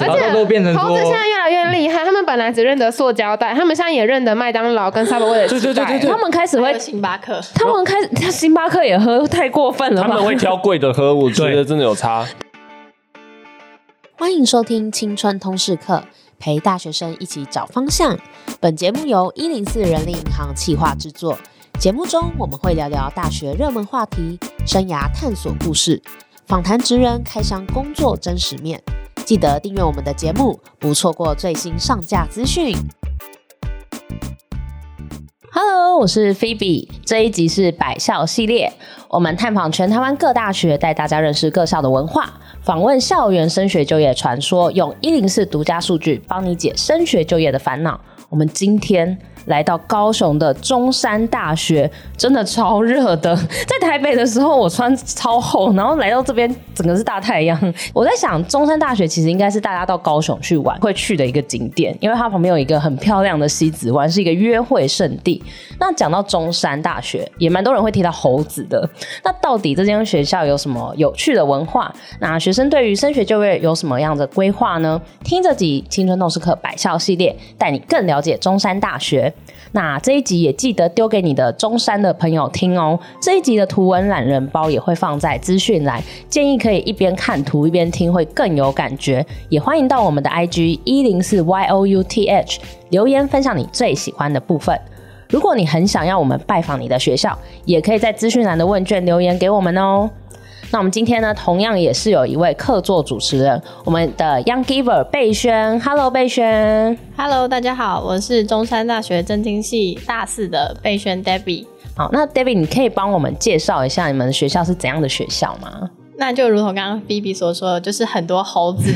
然后都变成猴说子，现在越来越厉害，他们本来只认得塑胶袋，他们现在也认得麦当劳跟 Subway 的对对对纸袋对对他们开始还会有，星巴克，他们开始，星巴克也喝，太过分了他吧？们会挑贵的喝，我觉得真的有差。欢迎收听《青春通识课》，陪大学生一起找方向。本节目由一零四人力银行企划制作。节目中我们会聊聊大学热门话题、生涯探索故事，访谈职人开箱工作真实面。记得订阅我们的节目，不错过最新上架资讯。 Hello，我是 Phoebe，这一集是百校系列，我们探访全台湾各大学，带大家认识各校的文化，访问校园升学就业传说，用一零四独家数据帮你解升学就业的烦恼。我们今天来到高雄的中山大学，真的超热的。 在台北的时候，我穿超厚，然后来到这边，整个是大太阳。我在想，中山大学其实应该是大家到高雄去玩会去的一个景点，因为它旁边有一个很漂亮的西子湾，是一个约会圣地。那讲到中山大学，也蛮多人会提到猴子的。那到底这间学校有什么有趣的文化？那学生对于升学就业有什么样的规划呢？听这集《青春动视课》百校系列，带你更了解中山大学。那这一集也记得丢给你的中山的朋友听哦。这一集的图文懒人包也会放在资讯栏，建议可以一边看图一边听，会更有感觉。也欢迎到我们的 IG 一零四 y o u t h 留言分享你最喜欢的部分。如果你很想要我们拜访你的学校，也可以在资讯栏的问卷留言给我们哦。那我们今天呢，同样也是有一位客座主持人，我们的 Young Giver 贝轩，Hello 贝轩。 Hello，大家好，我是中山大学政经系大四的贝轩 Debbie。好，那 David，你可以帮我们介绍一下你们学校是怎样的学校吗？ 那就如同刚刚 B B 所说的，就是很多猴子。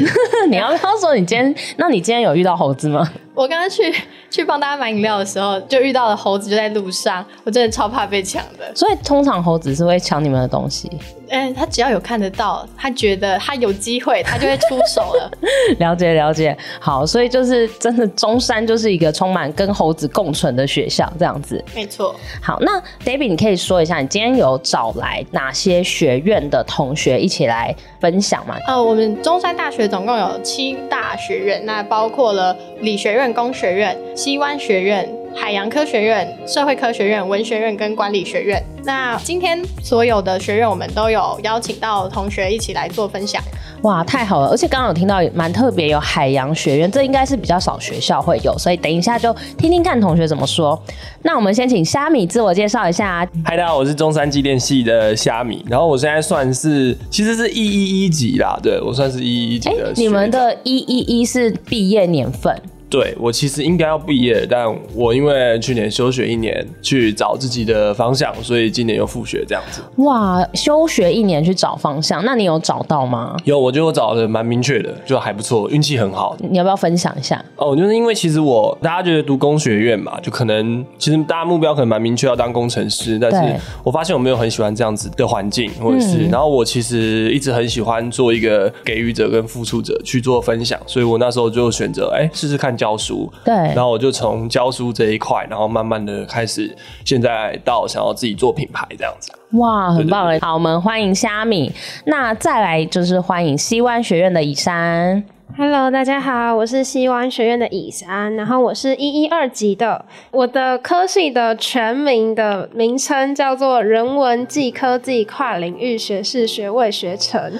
你要不要说你今天？那你今天有遇到猴子吗？我刚刚去去帮大家买饮料的时候，就遇到了猴子，就在路上，我真的超怕被抢 的。 所以通常猴子是会抢你们的东西。嗯、他只要有看得到，他觉得他有机会，他就会出手 了。 了解了解，好，所以就是真的中山就是一个充满跟猴子共存的学校这样子。没错，好，那 David，你可以说一下，你今天有找来哪些学院的同学一起来分享吗？呃，我们中山大学总共有七大学院，那包括了理学院、工学院、西湾学院、海洋科学院、社会科学院、文学院跟管理学院。那今天所有的学院，我们都有邀请到同学一起来做分享。哇，太好了！而且刚刚有听到蛮特别，有海洋学院，这应该是比较少学校会有，所以等一下就听听看同学怎么说。那我们先请虾米自我介绍一下，嗨，大家好，我是中山机电系的虾米，然后我现在算是其实是一一一级啦，对我算是一一级哎、的学长。你们的一一一是毕业年份，对我其实应该要毕业，但我因为去年休学一年，去找自己的方向，所以今年又复学这样子。哇，休学一年去找方向，那你有找到吗？有，我觉得我找的蛮明确的，就还不错，运气很好。你要不要分享一下？哦，就是因为其实我大家觉得读工学院嘛，就可能其实大家目标可能蛮明确，要当工程师，但对嗯是我发现我没有很喜欢这样子的环境，或者是，然后我其实一直很喜欢做一个给予者跟付出者去做分享，所以我那时候就选择哎试试看教书，对然后我就从教书这一块，然后慢慢的开始，现在到想要自己做品牌这样子。哇，很棒对哎！好，我们欢迎虾米。那再来就是欢迎西湾学院的以山。 Hello，大家好，我是西湾学院的以山，然后我是一一二级的，我的科系的全名的名称叫做人文暨科技跨领域学士学位学程。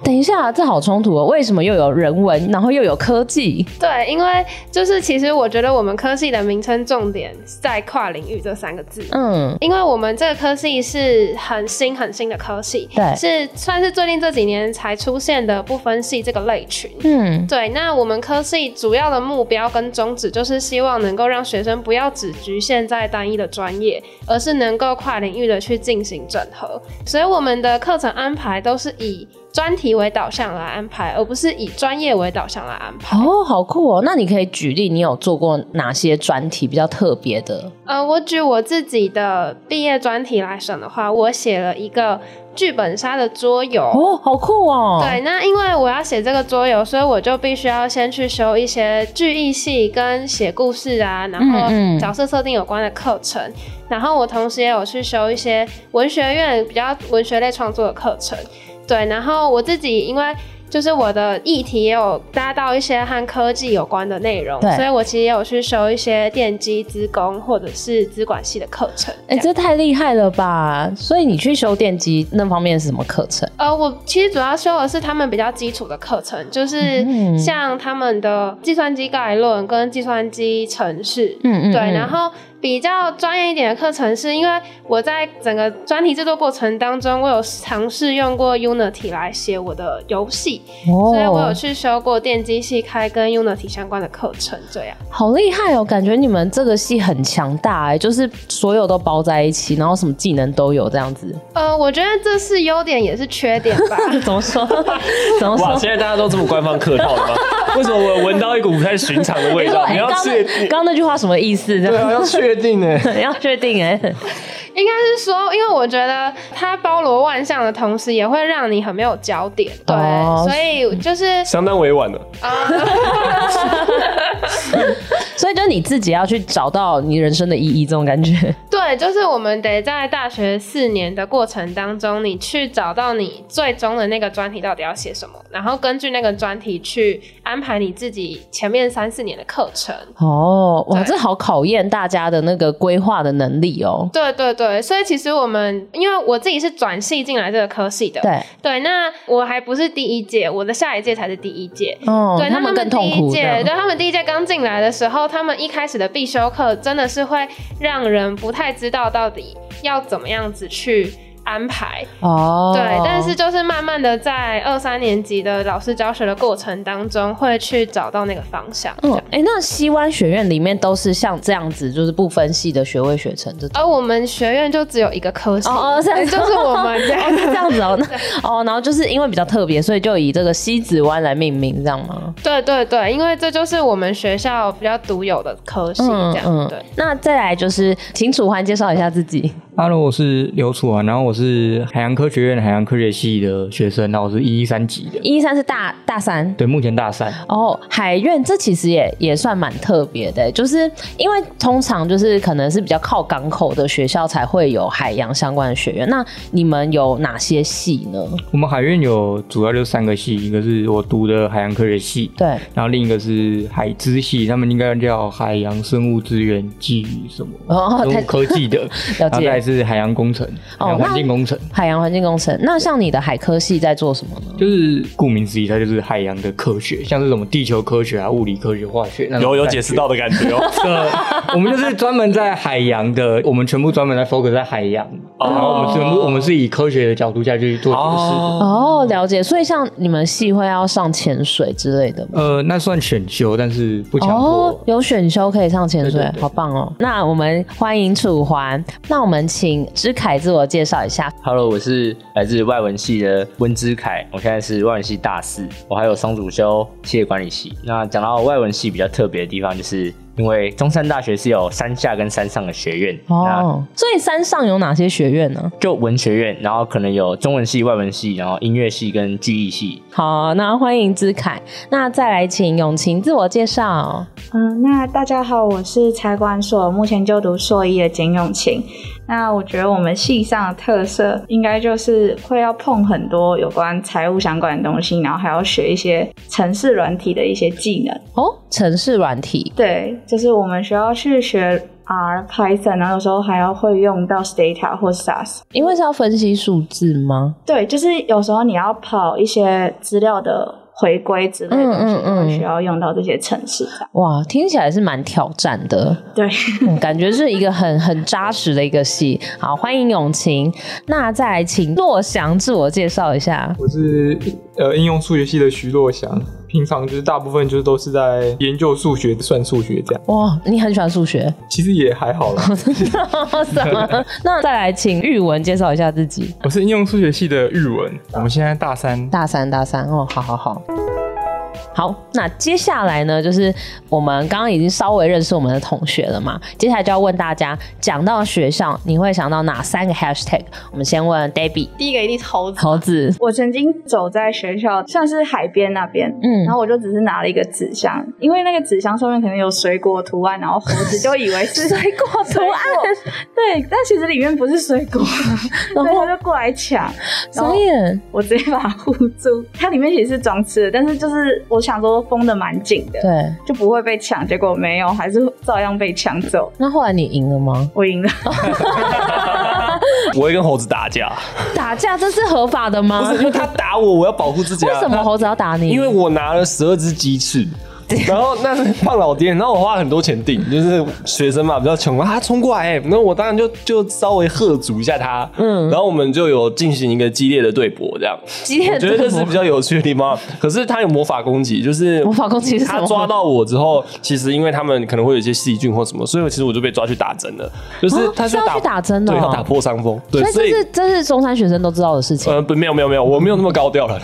等一下，这好冲突哦！为什么又有人文，然后又有科技？ 对，因为就是其实我觉得我们科系的名称重点在跨领域这三个字。嗯，因为我们这个科系是很新很新的科系，对是算是最近这几年才出现的不分系这个类群。嗯，对，那我们科系主要的目标跟宗旨就是希望能够让学生不要只局限在单一的专业，而是能够跨领域的去进行整合。所以我们的课程安排都是以专题为导向来安排，而不是以专业为导向来安排。哦，好酷哦！那你可以举例，你有做过哪些专题比较特别的？呃，我举我自己的毕业专题来审的话，我写了一个剧本杀的桌游。哦，好酷哦！对，那因为我要写这个桌游，所以我就必须要先去修一些剧艺系跟写故事啊，然后嗯嗯角色设定有关的课程。然后我同时也有去修一些文学院比较文学类创作的课程。对，然后我自己因为就是我的议题也有搭到一些和科技有关的内容对，所以我其实也有去修一些电机、资工或者是资管系的课程。哎、这样这太厉害了吧！所以你去修电机那方面是什么课程？呃，我其实主要修的是他们比较基础的课程，就是嗯像他们的计算机概论跟计算机程式，嗯对，然后比较专业一点的课程是，因为我在整个专题制作过程当中，我有尝试用过 Unity 来写我的游戏，哦所以我有去修过电机系开跟 Unity 相关的课程。这样，好厉害哦！感觉你们这个系很强大哎、就是所有都包在一起，然后什么技能都有这样子。呃，我觉得这是优点也是缺点吧。 怎么说？怎么哇，说？现在大家都这么官方客套了吗？为什么我闻到一股不太寻常的味你说道？哎你要刚确那定？刚那句话什么意思？这对啊，样要确定欸呢。 要确定哎、应该是说，因为我觉得它包罗万象的同时，也会让你很没有焦点。对，哦所以就是 相当委婉了。啊 所以就你自己要去找到你人生的意义，这种感觉。 对，就是我们得在大学四年的过程当中，你去找到你最终的那个专题到底要写什么，然后根据那个专题去安排你自己前面三四年的课程。哦，哇，对这好考验大家的那个规划的能力哦。对对对，所以其实我们因为我自己是转系进来这个科系的，对，对，那我还不是第一届，我的下一届才是第一届，哦，对，他那们更第痛一苦这届，样。对他们第一届刚进来的时候，他们一开始的必修课真的是会让人不太知道到底要怎么样子去安排。哦，对，但是就是慢慢的在二三年级的老师教学的过程当中，会去找到那个方向。嗯，哎、那西湾学院里面都是像这样子，就是不分系的学位学程这种。而我们学院就只有一个科系，哦哦是啊对就是我们这样 哦，是这样子哦，那哦，然后就是因为比较特别，所以就以这个西子湾来命名，这样吗？对对对，因为这就是我们学校比较独有的科系，嗯嗯这样、对。。那再来就是请楚环介绍一下自己。 Hello，我是刘楚啊，然后我是海洋科学院海洋科学系的学生，然后我是一一三级的，一三是大大三，对，目前大三。哦，海院这其实也也算蛮特别的，就是因为通常就是可能是比较靠港口的学校才会有海洋相关的学院。那你们有哪些系呢？我们海院有主要就三个系，一个是我读的海洋科学系，对，然后另一个是海资系，他们应该叫海洋生物资源暨什么哦生太物科技的，然后再来是海洋工程、哦海洋环境工程，海洋环境工程。那像你的海科系在做什么呢？就是顾名思义，它就是海洋的科学，像是什么地球科学啊、物理科学、化学那种有有感觉解释到的感觉 哦。呃，我们就是专门在海洋的，我们全部专门在 focus 在海洋，哦然后我们全部我们是以科学的角度下去做解释的。哦， 哦，了解。所以像你们系会要上潜水之类的吗？呃，那算选修，但是不强迫。哦，有选修可以上潜水，对对对好棒哦！那我们欢迎楚环，那我们请知凯自我介绍一下。 Hello，我是来自外文系的温之凯，我现在是外文系大四，我还有双主修企业管理系。那讲到外文系比较特别的地方，就是因为中山大学是有山下跟山上的学院，哦，所以山上有哪些学院呢？那就文学院，然后可能有中文系、外文系，然后音乐系跟记忆系。好，那欢迎知凯。那再来请永晴自我介绍。嗯，那大家好，我是财管所目前就读硕一的简永晴。那我觉得我们系上的特色应该就是会要碰很多有关财务相关的东西，然后还要学一些城市软体的一些技能。哦，城市软体。对，就是我们需要去学 R、Python，然后有时候还要会用到 Stata 或 SAS。因为是要分析数字吗？对，就是有时候你要跑一些资料的回归之类的东西，嗯嗯嗯就会需要用到这些城市这样。哇，听起来是蛮挑战的，对。嗯感觉是一个很 很扎实的一个戏。好，欢迎永晴。那再来请洛翔自我介绍一下。我是呃应用数学系的徐若翔，平常就是大部分就是都是在研究数学、算数学这样，哇，你很喜欢数学？ 其实也还好啦。什么？那再来请玉文介绍一下自己。我是应用数学系的日文，我们现在大三，大三，大三哦，好好好。好，那接下来呢，就是我们刚刚已经稍微认识我们的同学了嘛，接下来就要问大家，讲到学校，你会想到哪三个 hashtag？我们先问 Debbie 第一个一定是猴子，猴子，我曾经走在学校，算是海边那边，嗯然后我就只是拿了一个纸箱，因为那个纸箱上面可能有水果图案，然后猴子就以为 是水果图案，对，但其实里面不是水 果，然后他就过来抢，然后所以我直接把它护住。它里面其实是装吃的，但是就是我想说封的蛮紧的，对，就不会被抢，结果没有，还是照样被抢走，那后来你赢了吗？我赢了。我会跟猴子打架，打架这是合法的不吗？是因为他打我，我要保护自己、啊。啊为什么他猴子要打你？因为我拿了十二只鸡 翅。然后那是胖老爹，然后我花很多钱订，就是学生嘛，比较穷嘛，他冲过来、欸，那我当然就就稍微喝阻一下他，嗯，然后我们就有进行一个激烈的对搏，这样，激烈我的觉对得搏这是比较有趣的地方。可是他有魔法攻击，就是魔法攻击是什么他抓到我之后，其实因为他们可能会有一些细菌或什么，所以其实我就被抓去打针了，就是啊他是要去打针哦对，要打破伤风，对，所所以以这是这是中山学生都知道的事情，呃不没有没有没有，我没有那么高调了。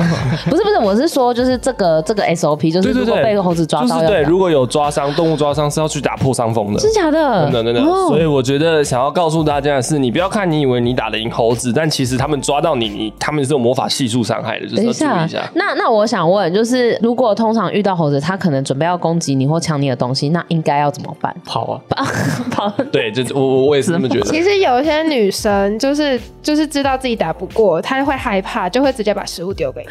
不是不是，我是说就是这个这个 SOP，就是对如对果对，被猴子抓就到是要对，打，如果有抓伤，动物抓伤是要去打破伤风的。真假的？真的真的，哦所以我觉得想要告诉大家的是，你不要看你以为你打得赢猴子，但其实他们抓到你，你他们是有魔法系数伤害的，就是等要一注意下一下，。那那我想问，就是如果通常遇到猴子，它可能准备要攻击你或抢你的东西，那应该要怎么办？跑啊！跑对，这我我我也是 这么觉得其。实有一些女生就是就是知道自己打不过，她会害怕，就会直接把食物丢给你，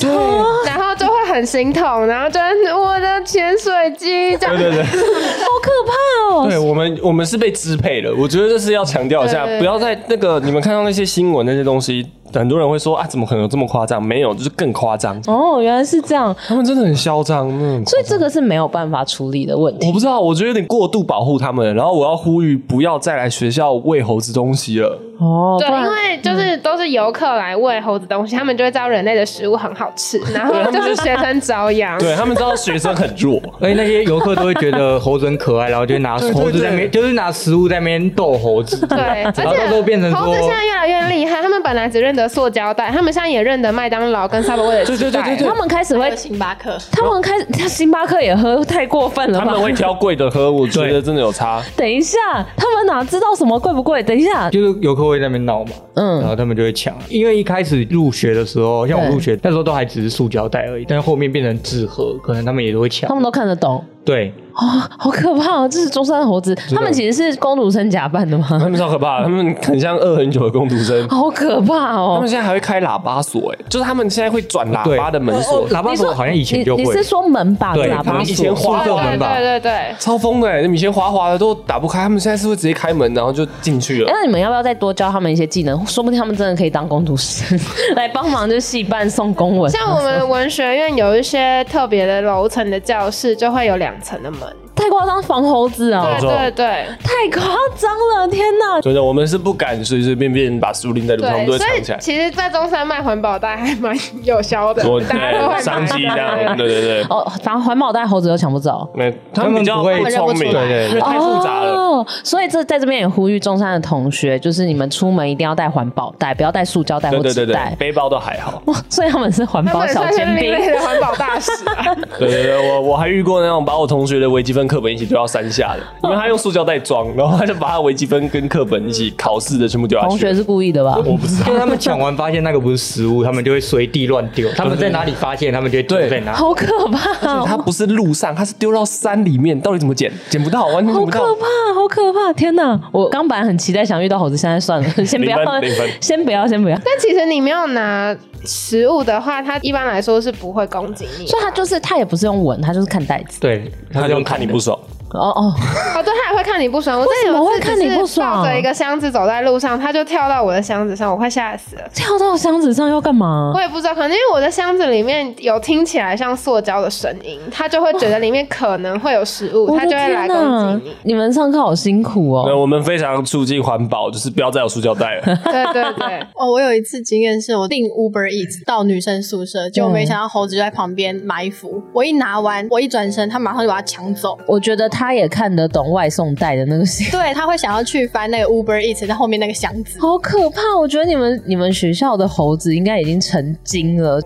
然后就会很心痛，然后就会我的潜水机这样对。对 对，好可怕哦！对我们我们是被支配的，我觉得这是要强调一下，对对对不要在那个你们看到那些新闻那些东西，很多人会说啊，怎么可能有这么夸张？没有，就是更夸张。哦，原来是这样，他们真的很嚣张，真的很所以这个是没有办法处理的问我题。不知道，我觉得有点过度保护他们，然后我要呼吁不要再来学校喂猴子东西了。哦，对，不然因为就是都是游客来喂猴子东西，他们就会知道人类的食物很好吃，然后就是学生遭殃。对他们知道学生很弱， 而且那些游客都会觉得猴子很可爱，然后就拿猴子在那边，就是拿食物在那边逗猴子。对， 而且然后到时候变成猴子说现在越来越厉害，他们本来只认得塑胶袋，他们现在也认得麦当劳跟 Subway 的对纸对对袋对了对他们开始还会有，星巴克。他们开始，星 巴克也喝，太过分了他吧们？会挑贵的喝，我觉得真的有差。 等一下，他们哪知道什么贵不贵？等一下，就是游客会在那边闹嘛，嗯嗯，然后他们就会抢，因为一开始入学的时候，像我对入学那时候都还只是塑胶袋而已，但是后面变成纸盒，可能他们也都会抢他。们都看得懂 对，哦，好可怕哦！这是中山猴子，他们其实是公主生假扮的他吗？们超可怕的，他们很像饿很久的工读生。好可怕他哦们！现在还会开喇叭锁，哎，就是他们现在会转喇对叭的门哦锁哦，喇叭你说锁好像以前你就会，你是说门把的对，喇他叭们以以前前花的花的对门吧，对对对，超疯的哎！以前滑滑的都打不开，他们现在是会直接开门，然后就进去哎了。那你们要不要再多教他们一些技能？说不定他们真的可以当工读生 来帮忙，就是戏办送公文。像我 们文学院有一些特别的楼层的教室，就会有两层的门。太夸张，防猴子啊，对对对太夸张了！天哪，真的，我们是不敢随随便便把树拎在路上，我们都对，会所以藏起来。其实，在中山卖环保袋还蛮有效的我，大家都会买。对商机这样，对对对对。哦，反正环保袋猴子都抢不走。那他他们们比较不会他们认聪不明，出来对对对，太复杂了。哦，所以这在这边也呼吁中山的同学，就是你们出门一定要带环保袋，不要带塑胶袋对或对纸对袋对，。背包都还好。哇，所以他们是环他保们也小算是尖另兵。类的环保大使啊， 对对对，我我还遇过那种把我同学的微积分课本一起丢到山下 的，因为他用塑胶袋装，然后他就把他微积分跟课本一起考试的全部丢下同去学。是故意的吧？我不知道，就是他们抢完发现那个不是食物，他们就会随地乱丢。他们在哪里发现，他们就会丢在哪。好可怕哦、他不是路上，他是丢到山里面，到底怎么捡？捡不到，完全捡好不到。可怕，好可怕！天哪，我刚本来很期待想遇到猴子，现在 算了，先不要零分零分， 先不要，先不要。但其实你没有拿食物的话，它一般来说是不会攻击你的。所以他就是他也不是用闻，他就是看袋子。对，他就看你不爽，哦哦，哦，对，他也会看你不爽。我为什么会真的有看一次你不爽抱着一个箱子走在路上，他就跳到我的箱子上，我快吓死了。跳到箱子上要干嘛我？也不知道，可能因为我的箱子里面有听起来像塑胶的声音，他就会觉得里面可能会有食物，我他的就会天来攻哪击！你们上课好辛苦那哦。我们非常促进环保，就是不要再有塑胶袋 了。你。对对对，哦，我有一次经验是我订 Uber Eats 到女生宿舍，结果没想到猴子就在旁边埋伏。我一拿完，我一转身，他马上就把它抢 走。我觉得他也看得懂外送袋的那个心，对，他会想要去翻那个 Uber Eats 在后面那个箱子。好可怕！我觉得你们你们学校的猴子应该已经成精了。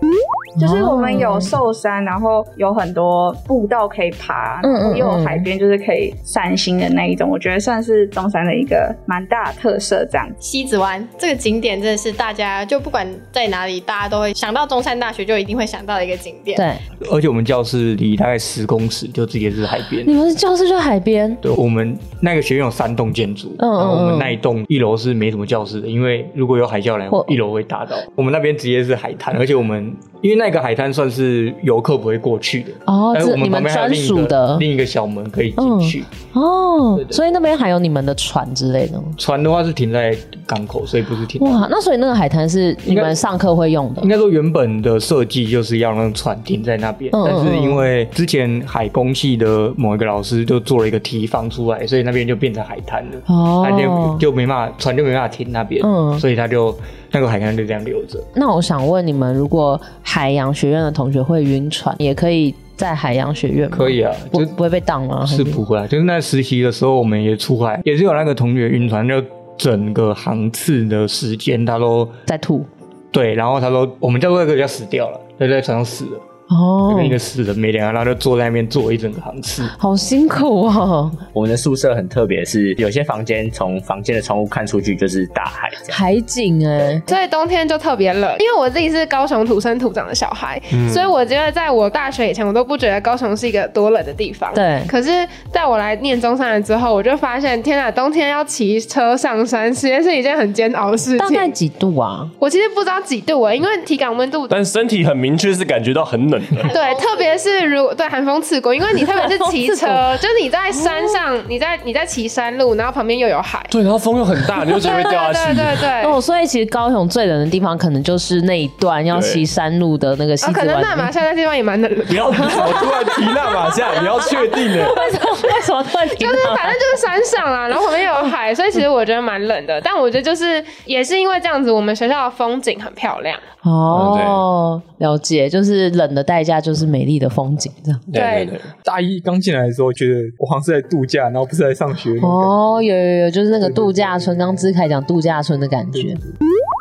就是我们哦有寿山，然后有很多步道可以爬，嗯然后嗯又有嗯海边，就是可以散心的那一种。我觉得算是中山的一个蛮大的特色，这样子。西子湾这个景点真的是大家就不管在哪里，大家都会想到中山大学，就一定会想到的一个景点。对，而且我们教室离大概十公尺就直接是海边你。们是教室就海边，对，我们那个学院有三栋建筑，嗯嗯然后我嗯们那一栋一楼是没什么教室的，因为如果有海啸来或，一楼会打到。我们那边直接是海滩，而且我们因为那个海滩算是游客不会过去的，哦但这是我你们旁们边还有另一专属个的另一个小门可以进去。哦对，对所以那边还有你们的船之类的吗？船的话是停在港口，所以不是停。哇，那所以那个海滩是你应该们上课会用的应该说原本的设计就是要让船停在那边，嗯嗯但是因为之前海工系的某一个老师就做了一个提防出来，所以那边就变成海滩了。他哦就。就没办法，船就没办法停那边，嗯所以他就那个海滩就这样留着。那我想问你们，如果海洋学院的同学会晕船，也可以在海洋学院吗？可以啊，不就不会被挡吗？还是不会啊，就是那实习的时候，我们也出海，也是有那个同学晕船，就整个航次的时间他都在吐？对，然后他说我们叫做那个叫死掉了，他就在船上死了，哦就，跟一个死人没两样，然后就坐在那边坐一整个 航次。好辛苦哦，我们的宿舍很特别，是有些房间从房间的窗户看出去就是大海这样。海景哎，所以冬天就特别冷，因为我自己是高雄土生土长的小孩，嗯所以我觉得在我大学以前，我都不觉得高雄是一个多冷的地方。对可是在我来念中山了之后，我就发现，天啊，冬天要骑车上山，实在是一件很煎熬的事大概情。几度啊？我其实不知道几度啊，因为体感温度但身体很明确是感觉到很冷的。对，特别是如果对寒风刺骨，因为你特别是 骑车，就是你在山上，你在你在骑山路，然后旁边又有海，对，然后风又很大，你就觉对得会对掉下对去。对对，哦，所以其实高雄最冷的地方，可能就是那一段要对骑山路的那个西啊，子可能纳湾。马夏那地方也蛮冷的。不要，我突然提那马夏，你要确定的。 为什么为什么突然停就是反正就是山上啊，然后旁边有海，所以其实我觉得蛮冷的。但我觉得就是也是因为这样子，我们学校的风景很漂亮。哦，了解，就是冷的代价就是美丽的风景这样。对对，大一刚进来的时候，觉得我好像是在度假，然后不是在上学嗯那种感觉。哦，有有有，就是那个度假村，刚之凯讲度假村的感觉。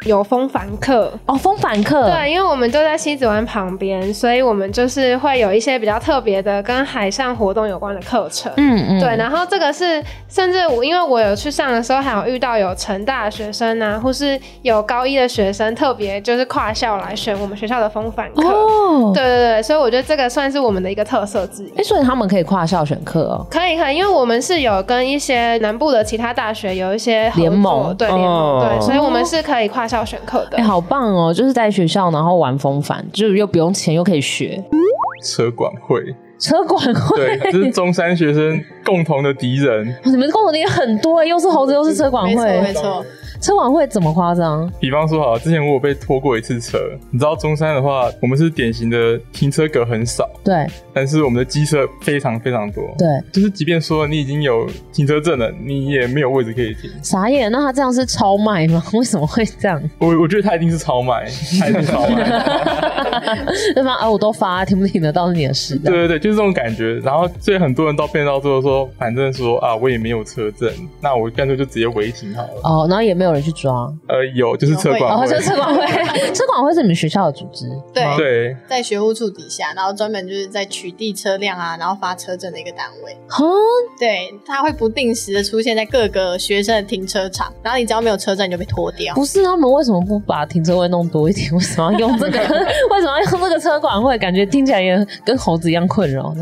有风帆课，哦，风帆客，对，因为我们就在西子湾旁边，所以我们就是会有一些比较特别的跟海上活动有关的课程。嗯嗯，对，然后这个是，甚至我因为我有去上的时候，还有遇到有成大的学生啊，或是有高一的学生，特别就是跨校来选我们学校的风帆课。哦，对对对，所以我觉得这个算是我们的一个特色之一。哎，所以他们可以跨校选课哦。可以可以，因为我们是有跟一些南部的其他大学有一些合作联盟对联盟、哦对，所以我们是可以跨校选课的。哎，好棒哦！就是在学校，然后玩风帆，就是又不用钱，又可以学车管会，车管会。对，这是中山学生共同的敌人。你们共同点很多哎，又是猴子，又是车管没错没会。错，车管会怎么夸张？比方说，好，之前我有被拖过一次车。你知道中山的话，我们是典型的停车格很少，对但是我们的机车非常非常多。对，就是即便说你已经有停车证了，你也没有位置可以停。傻眼。那他这样是超卖吗？为什么会这样？ 我我觉得他一定是超买，他一定是超买。对吗？啊，我都发，听不听得到是你的事。这对样对对，就是这种感觉。然后所以很多人到变到最后说，反正说啊，我也没有车证，那我干脆就直接违停好了。哦，然后也没有人去抓。呃，有就是车管哦，会，就车管 会，车管会是你们学校的组织。对，对，在学务处底下，然后专门就是在取缔车辆啊，然后发车证的一个单位。哈，对，它会不定时的出现在各个学生的停车场，然后你只要没有车证，你就被拖掉。不是他们为什么不把停车位弄多一点？为什么要用这 个？为什么要用这个车管会？感觉听起来也跟猴子一样 困扰，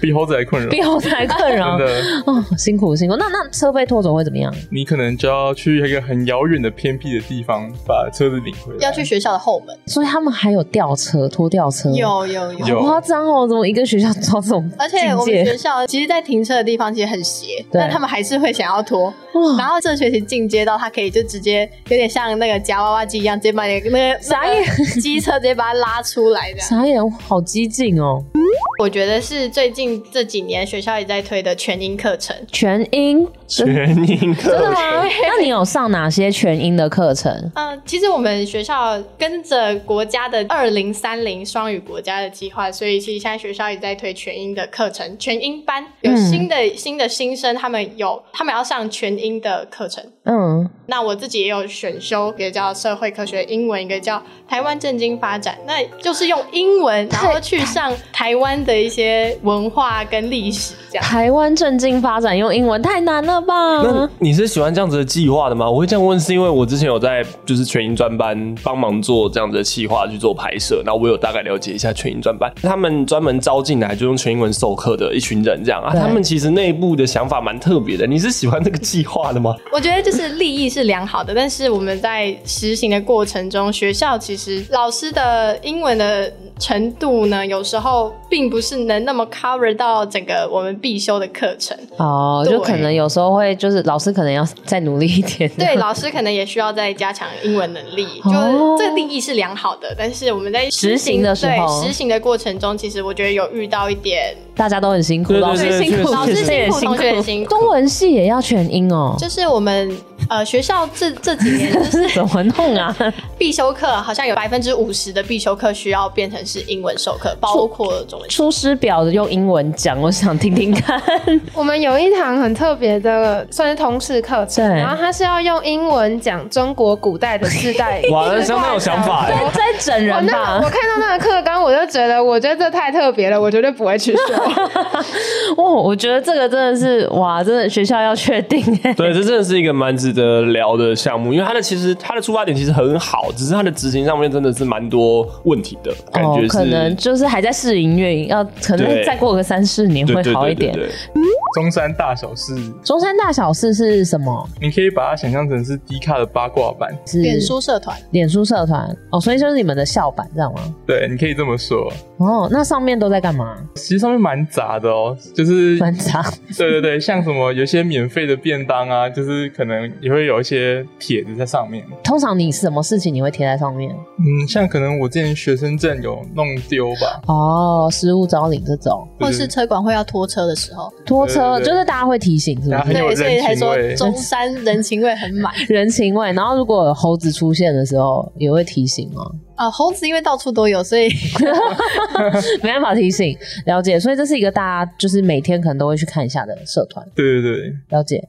比猴子还困扰。比猴子还困 扰真。的，哦，辛苦辛苦。那那车被拖走会怎么样？你可能就要去一个很遥远的偏僻的地方把车子领回来。要去学校的后门，所以他们还有吊车、拖吊车，有有有，有好夸张哦！怎么一个学校抓这种而且境我们学界？校其实，在停车的地方其实很斜，对但他们还是会想要拖。然后这学期进阶到，他可以就直接有点像那个夹娃娃机一样，直接把你那个傻那眼个机车直接把它拉出来的。傻眼，好激进哦！我觉得是最近这几年学校也在推的全英课程，全英真原因课的吗？那你有上哪些全英的课程？嗯，其实我们学校跟着国家的二零三零双语国家的计划，所以其实现在学校也在推全英的课嗯程，全英班有新的、新的新生，他们有他们要上全英的课程。嗯，那我自己也有选修，一个叫社会科学英文，一个叫台湾政经发展，那就是用英文然后去上台湾的一些文化跟历史这样。台湾政经发展用英文太难了那吧？你是喜欢这样子的计划的吗？我会这样问，是因为我之前有在就是全英专班帮忙做这样子的计划去做拍摄，然后我有大概了解一下全英专班，他们专门招进来就用全英文授课的一群人这样啊，对他们其实内部的想法蛮特别的。你是喜欢这个计划的 吗？我觉得就是利益是良好的，但是我们在实行的过程中，学校其实老师的英文的程度呢，有时候并不是能那么 cover 到整个我们必修的课程。哦，就对可能有时候会，就是老师可能要再努力一 点。对，老师可能也需要再加强英文能力。哦就这个利益是良好的，但是我们在实行的时候对实行的过程中，其实我觉得有遇到一点，大家都很辛苦，对对老师对辛苦，确实。老师辛苦，同学也辛苦。中文系也要全英哦，就是我们呃学校这这几年就是 怎么弄 啊？必修课，好像有百分之五十的必修课需要变成是英文授课，包括中文。出师表用英文讲，我想听听看。我们有一堂很特别的，算是通识课程，对然后它是要用英文讲中国古代的世代 哇，那相当有想法哎、在整我人那吧我，看到那个课纲，我就觉得，我觉得这太特别了，我绝对不会 去说。哦，我觉得这个真的是哇，真的学校要确定哎。对，这真的是一个蛮值得聊的项目，因为它的其实它的出发点其实很好，只是它的执行上面真的是蛮多问题的，感哦觉，是、可能就是还在试营运，要可能对再过个三四年对会对对好一对点。对中山大小事，中山大小事是什么？你可以把它想象成是低卡的八卦版，是脸书社团脸书社团哦，所以就是你们的校版，知道吗？对，你可以这么说。哦，那上面都在干嘛？ 其实上面蛮杂的哦，就是专场 对对对，像什么有些免费的便当啊，就是可能也会有一些帖子在上面。通常你什么事情你会贴在上面？嗯，像可能我之前学生证有弄丢吧，哦，失物招领这种就或是车管会要拖车的时候，拖对车，对对就是大家会提醒，是然后不很是？有对，所以才人情说味。中山人情味很满。人情味，然后如果有猴子出现的时候，也会提醒吗？呃，猴子因为到处都有，所以 没办法提醒，了解。所以这是一个大家就是每天可能都会去看一下的社团，对对对，了解。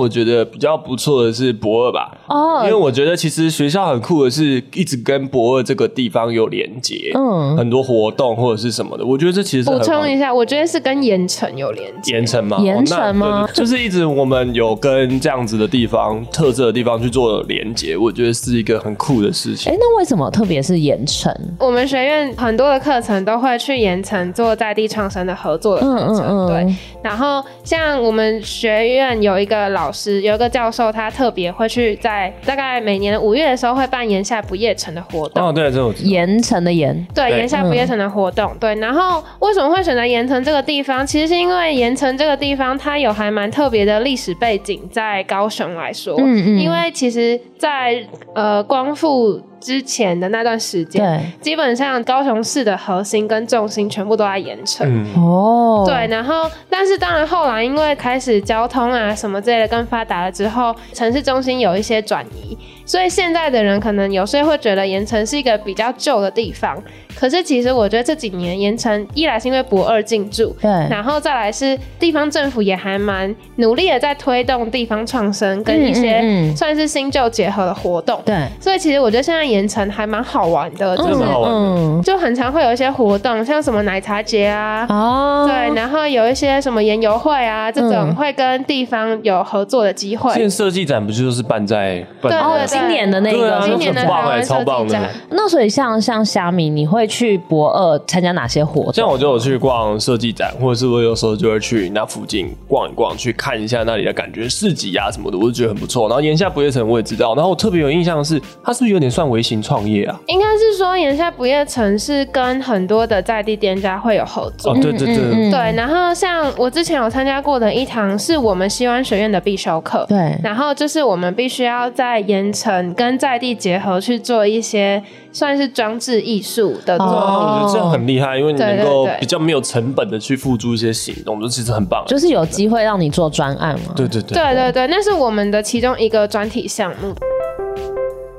我觉得比较不错的是博二吧，因为哦，我觉得其实学校很酷的是，一直跟博二这个地方有连接，嗯，很多活动或者是什么的。我觉得这其实是补很好充一下，我觉得是跟盐城有连接。盐城嘛，盐城吗哦那对对对就是一直我们有跟这样子的地方、特色的地方去做连接，我觉得是一个很酷的事情。哎，那为什么特别是盐城？我们学院很多的课程都会去盐城做在地创生的合作的嗯课程，嗯对。嗯，然后像我们学院有一个老师，有一个教授，他特别会去在大概每年五月的时候会办炎夏不夜城的活动。哦，对，这我知道盐城的盐，对，对盐夏不夜城的活动，对。然后为什么会选择盐城这个地方？其实是因为盐城这个地方它有还蛮特别的历史背景，在高雄来说，嗯嗯因为其实在，呃光复之前的那段时间，对，基本上高雄市的核心跟重心全部都在盐城。嗯，哦，对，，然后但是当然后来因为开始交通啊什么之类的更发达了之后，城市中心有一些转移，所以现在的人可能有时候会觉得盐城是一个比较旧的地方，可是其实我觉得这几年盐城一来是因为博二进驻。对，然后再来是地方政府也还蛮努力的在推动地方创生跟一嗯嗯些嗯算是新旧结合的活动，对，所以其实我觉得现在盐城还蛮好玩的，就真的是蛮好玩的。嗯，就很常会有一些活动，像什么奶茶节啊，哦，嗯对，然后有一些什么研游会啊，这种会跟地方有合作的机会。现在设计展不就是办在办对啊哦，对今年的那对啊个，那今年的很台棒哎，湾超设棒计的展。，那所以像像虾米，你会去博二参加哪些 活像动？我就有去逛设计展，或者是我有时候就会去那附近逛一逛，去看一下那里的感觉市集啊什么的，我就觉得很不错。然后炎夏不夜城我也知道，然后我特别有印象的是，它是不是有点算微型创业啊？应该是说，眼下不夜城是跟很多的在地店家会有合作。哦，对对对，嗯对，然后像我之前有参加过的一堂是我们西湾学院的必修课，对，然后就是我们必须要在盐城跟在地结合去做一些算是装置艺术的对作啊，我觉得这样很厉害，因为你哦对能够对对比较没有成本的去付诸一些行动，我觉得其实很棒。就是有机会让你做专案嘛。对对对，对啊对对，那是我们的其中一个专题项目。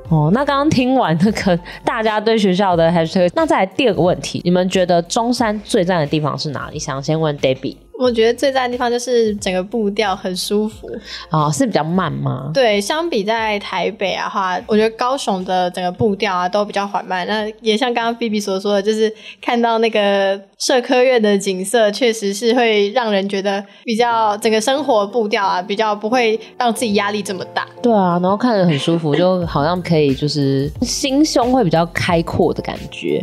哦，那刚刚听完那个大家对学校的 hashtag，那再来第二个问题，你们觉得中山最赞的地方是哪里？想先问 Debbie。我觉得最赞的地方就是整个步调很舒服。哦，是比较慢吗？对，相比在台北啊话，我觉得高雄的整个步调啊都比较缓慢。那也像刚刚 B B 所说的，就是看到那个社科院的景色，确实是会让人觉得比较整个生活步调啊，比较不会让自己压力这么大。对啊，然后看着很舒服，就好像可以就是心胸会比较开阔的感觉。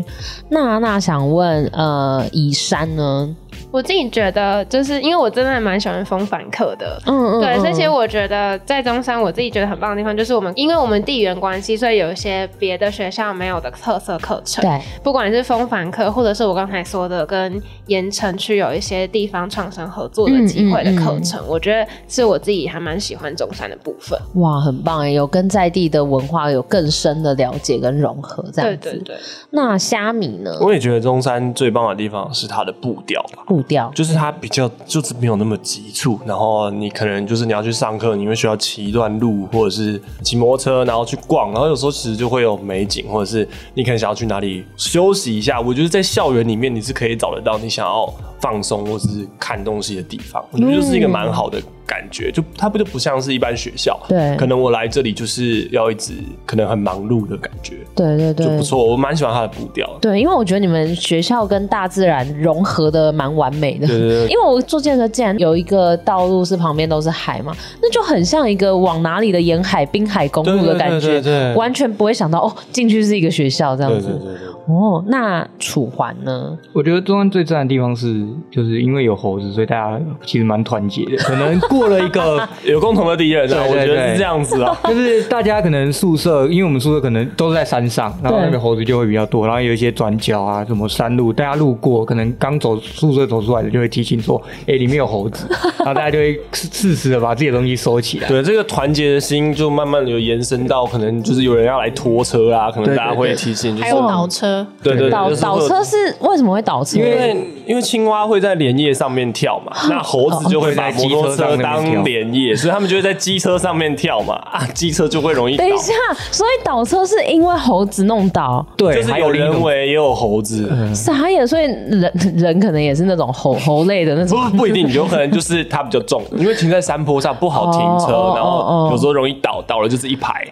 那那想问，呃，以山呢？我自己觉得，就是因为我真的还蛮喜欢风帆课的，嗯嗯，对，这些嗯我觉得在中山，我自己觉得很棒的地方就是我们，因为我们地缘关系，所以有一些别的学校没有的特色课程。对，不管是风帆课，或者是我刚才说的跟盐城区有一些地方创生合作嗯的机会的课程，我觉得是我自己还蛮喜欢中山的部分。哇，很棒哎，有跟在地的文化有更深的了解跟融合，这样对子。对对，那虾米呢？我也觉得中山最棒的地方是它的步调吧，步调就是它比较就是没有那么急促，然后你可能就是你要去上课，你会需要骑一段路，或者是骑摩托车，然后去逛，然后有时候其实就会有美景，或者是你可能想要去哪里休息一下。我觉得在校园里面你是可以找得到你想要放松或是看东西的地方，嗯我觉得就是一个蛮好的感觉，就它不就不像是一般学校，对可能我来这里就是要一直可能很忙碌的感觉，对对就不对。错，我蛮喜欢它的步调的。对，因为我觉得你们学校跟大自然融合的蛮完美的。对 对对因为我坐建车，竟然有一个道路是旁边都是海嘛，那就很像一个往哪里的沿海滨海公路的感觉，对对对对对完全不会想到哦，进去是一个学校这样对子。对对对。哦，那楚环呢？我觉得中山最赞的地方是，就是因为有猴子，所以大家其实蛮团结的。可能过了一个， 有共同的敌人啊，对对我觉得对。是这样子啊 就是大家可能宿舍，因为我们宿舍可能都是在山上，然后那边猴子就会比较多，然后有一些转角啊，什么山路，大家路过，可能刚走宿舍走出来的就会提醒说，哎、里面有猴子，然后大家就会适时的把自己的东西收起来。对，这个团结的心就慢慢有延伸到，可能就是有人要来拖车啊，可能对大家对会对提醒，就还是有倒车，对对对倒就是倒会车是为什么会倒车？因为因为青蛙会在莲叶上面跳嘛，哦那猴子就会把摩托车当莲叶，所以他们就会在机车上面跳嘛， 啊，机车就会容易倒 等一。下，所以倒车是因为猴子弄倒，对，就是还有另一人种为也有猴子，傻眼，所以人 人可能也是那种猴猴类的那种。不不一定，有可能就是它比较重，因为停在山坡上不好停车哦哦哦，然后有时候容易倒，倒了就是一排，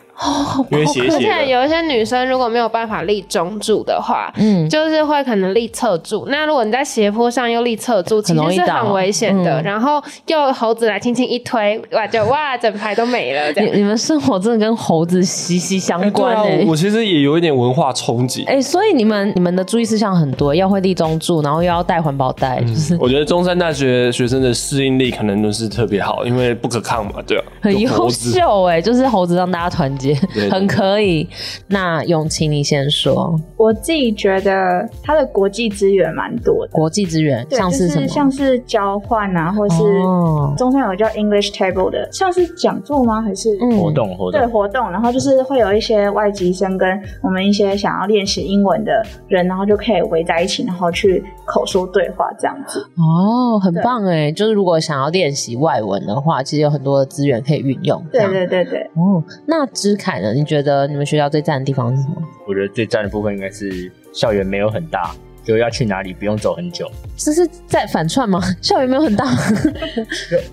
因为斜哦而斜且的。有一些女生如果没有办法立中柱的话，嗯嗯，就是会可能立侧柱。那如果你在斜坡上又立侧柱，其很容实易是倒很危险的。嗯然后又猴子来轻轻一推，哇，就哇，整排都没了这你样。你们生活真的跟猴子息息相哎对关啊哎、欸，哎我其实也有一点文化冲击。所以你们你们的注意事项很多，要会立中柱，然后又要带环保袋，嗯就是 我觉得中山大学学生的适应力可能都是特别好，因为不可抗嘛，对啊，很有优猴子。秀哎、就是猴子让大家团结，对对很可以。那永琪，你先说我自己觉得它的国际资源蛮多的，国际资源对，像就是什么？像是交换啊，或是哦中山有叫 English Table 的，像是讲座吗？还是嗯活动活对动，活动，然后就是会有一些外籍生跟我们一些想要练习英文的人，然后就可以围在一起，然后去口说对话这样子。哦，很棒哎、就是如果想要练习外文的话，其实有很多的资源可以运用。这对样对对对，哦，那知凯呢？你觉得你们学校最赞的地方是什么？我觉得最赞的部分应该是校园没有很大，就要去哪里不用走很久。这是在反串吗？ 校园没有很大，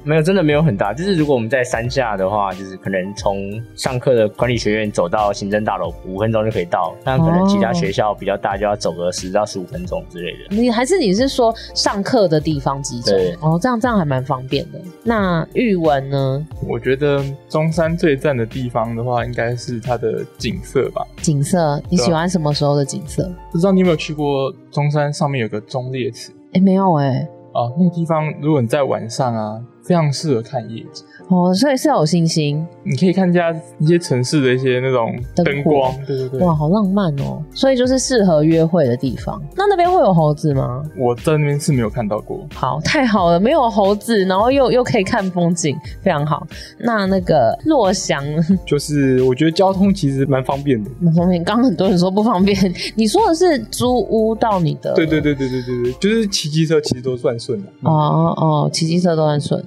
没有，真的没有很大。就是如果我们在山下的话，就是可能从上课的管理学院走到行政大楼五分钟就可以到，但可能其他学校比较大就要走个十到十五分钟之类的。你还是你是说上课的地方集中对？哦，这样这样还蛮方便的。那玉文呢？我觉得中山最赞的地方的话，应该是它的景色吧。景色，啊你喜欢什么时候的景色？不知道你有没有去过中山上面有个忠烈祠哎、没有哎、啊？那个地方如果你在晚上啊，非常适合看夜景。哦，所以是有信心，你可以看一下一些城市的一些那种灯灯火光，对对对哇，。好浪漫哦。所以就是适合约会的地方。那那边会有猴子吗？我在那边是没有看到过，好，太好了，没有猴子，然后又又可以看风景，非常好。那那个洛 翔呢就是我觉得交通其实蛮方便的。蛮方便，刚刚很多人说不方便，你说的是租屋到你的？对对。对对对对对，就是骑机车其实都算顺的。哦哦，骑机车都很顺。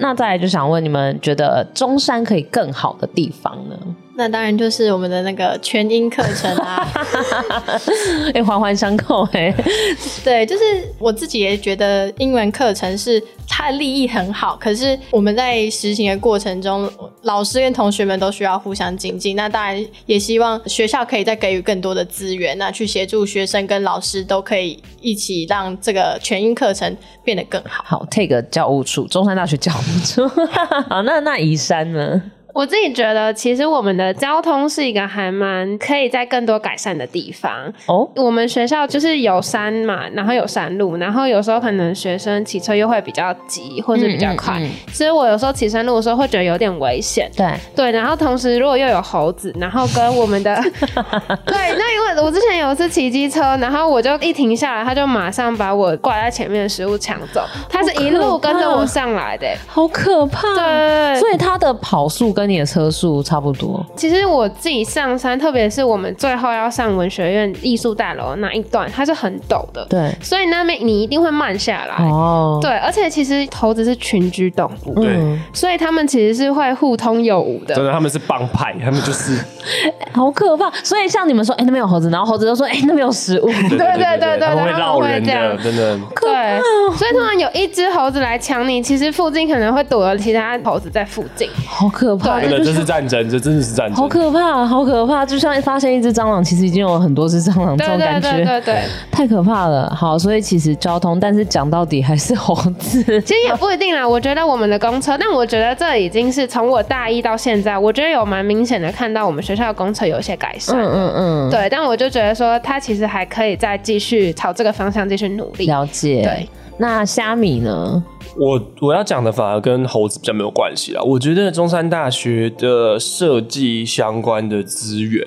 那再来就想问你们，觉得中山可以更好的地方呢？那当然就是我们的那个全英课程啊， 哎、环环相扣哎、对，就是我自己也觉得英文课程是它的利益很好，可是我们在实行的过程中，老师跟同学们都需要互相精进。那当然也希望学校可以再给予更多的资源，那去协助学生跟老师都可以一起让这个全英课程变得更好。好，take 教务处，中山大学教务处。 好，那那宜山呢？我自己觉得，其实我们的交通是一个还蛮可以在更多改善的地方。哦，我们学校就是有山嘛，然后有山路，然后有时候可能学生骑车又会比较急或是比较快，嗯嗯所以我有时候骑山路的时候会觉得有点危险。对，对，然后同时如果又有猴子，然后跟我们的 对，那因为我之前有一次骑机车，然后我就一停下来，他就马上把我挂在前面的食物抢走，他是一路跟着我上来的、欸好可怕。对所以他的跑速跟你的车速差不多。其实我自己上山，特别是我们最后要上文学院艺术大楼那一段，它是很陡的，对，所以那边你一定会慢下来。哦，对，而且其实猴子是群居动物，对嗯，所以它们其实是会互通有无真的。的，他们是帮派，他们就是哎好可怕。所以像你们说，哎、那边有猴子，然后猴子就说，哎、那边有 食物。对对对对他们会他们绕会人这样的，真的。对，所以通常有一只猴子来抢你，其实附近可能会躲了其他猴子在附近。好可怕，真就的，这是是战争，这真的是战争。好可怕，好可怕！就像发现一只蟑螂，其实已经有很多只蟑螂，这对种对感对觉对对，太可怕了。好，所以其实交通，但是讲到底还是猴子。其实也不一定啦。我觉得我们的公车，但我觉得这已经是从我大一到现在，我觉得有蛮明显的看到我们学校的公车有一些改善。嗯嗯嗯，对，但我就觉得说，它其实还可以再继续朝这个方向继续努力。了解。对，那虾米呢？我我要讲的反而跟猴子比较没有关系啦。我觉得中山大学的设计相关的资源，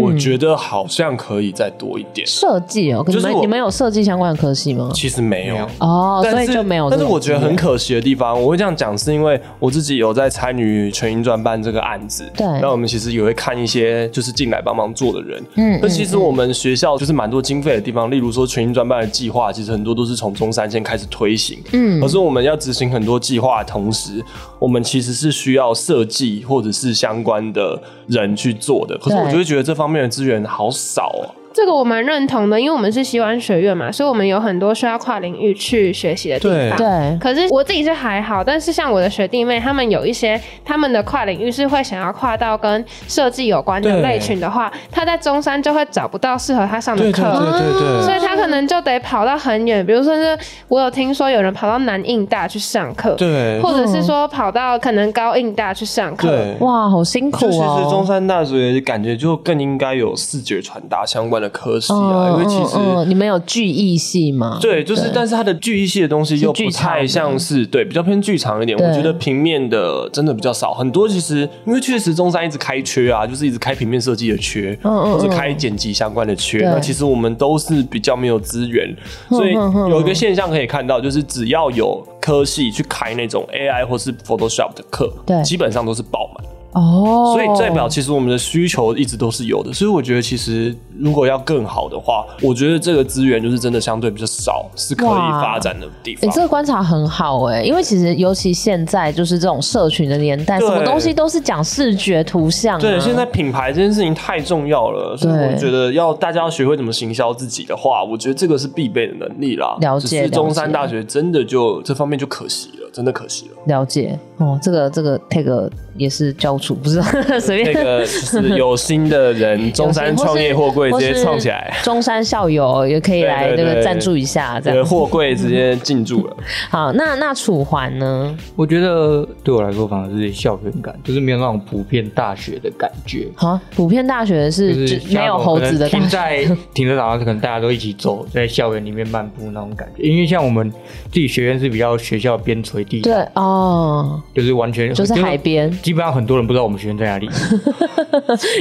我觉得好像可以再多一点。设计哦，你就是们我你们有设计相关的科系吗？其实没有，哦，所但以是就没有这但种经验。是我觉得很可惜的地方，我会这样讲，是因为我自己有在参与全英专办这个案子。对那我们其实也会看一些就是进来帮忙做的人。嗯那其实我们学校就是蛮多经费的地方，例如说全英专办的计划，其实很多都是从中山先开始推行。嗯可是我们要执行很多计划的同时，我们其实是需要设计或者是相关的人去做的。可是对我就会觉得这方面的资源好少哦、这个我蛮认同的，因为我们是西湾学院嘛，所以我们有很多需要跨领域去学习的地对方。对可是我自己是还好，但是像我的学弟妹，他们有一些他们的跨领域是会想要跨到跟设计有关的对类群的话，他在中山就会找不到适合他上的课。对所以他可能就得跑到很远，比如说是我有听说有人跑到南印大去上课，对或者是说跑到可能高印大去上课，对。哇，好辛苦就其实中哦。山大学感觉就更应该有视觉传达相关的科系啊，嗯因为其实、嗯嗯你们有剧艺系吗？对，就是但是它的剧一系的东西又是剧不场太吗像是对，比较偏剧场一点。对我觉得平面的真的比较少，很多其实因为确实中山一直开缺啊，就是一直开平面设计的缺，嗯嗯或者嗯开剪辑相关的缺。对那其实我们都是比较没有资源，所以嗯嗯嗯有一个现象可以看到，就是只要有科系去开那种 AI 或是 Photoshop 的课，对基本上都是爆满。哦，所以代表其实我们的需求一直都是有的，所以我觉得其实如果要更好的话，我觉得这个资源就是真的相对比较少，是可以哇发展的地你、方。这个观察很好哎、因为其实尤其现在就是这种社群的年代，什对么东西都是讲视觉图像、啊。对，现在品牌这件事情太重要了，所以对我觉得要大家要学会怎么行销自己的话，我觉得这个是必备的能力啦。了解只是中山了解大学真的就这方面就可惜了，真的可 惜了。了解哦，这个这个 tag 也是教主，不是 随那便。个 就是有心的人，中山创业货柜直接创起来，，中山校友也可以来对对这对个赞助一下，这这个样。货柜直接进驻了。好，那那楚环呢？我觉得对我来说反而是校园感，就是没有那种普遍大学的感觉。好，普遍大学就是是只没有猴子的可大能停学，在停车场上，可能大家都一起走在校园里面漫步那种感觉。因为像我们自己学院是比较学校边陲地，对哦， 就是完全就是海。边，基本上很多人不知道我们学院在哪里，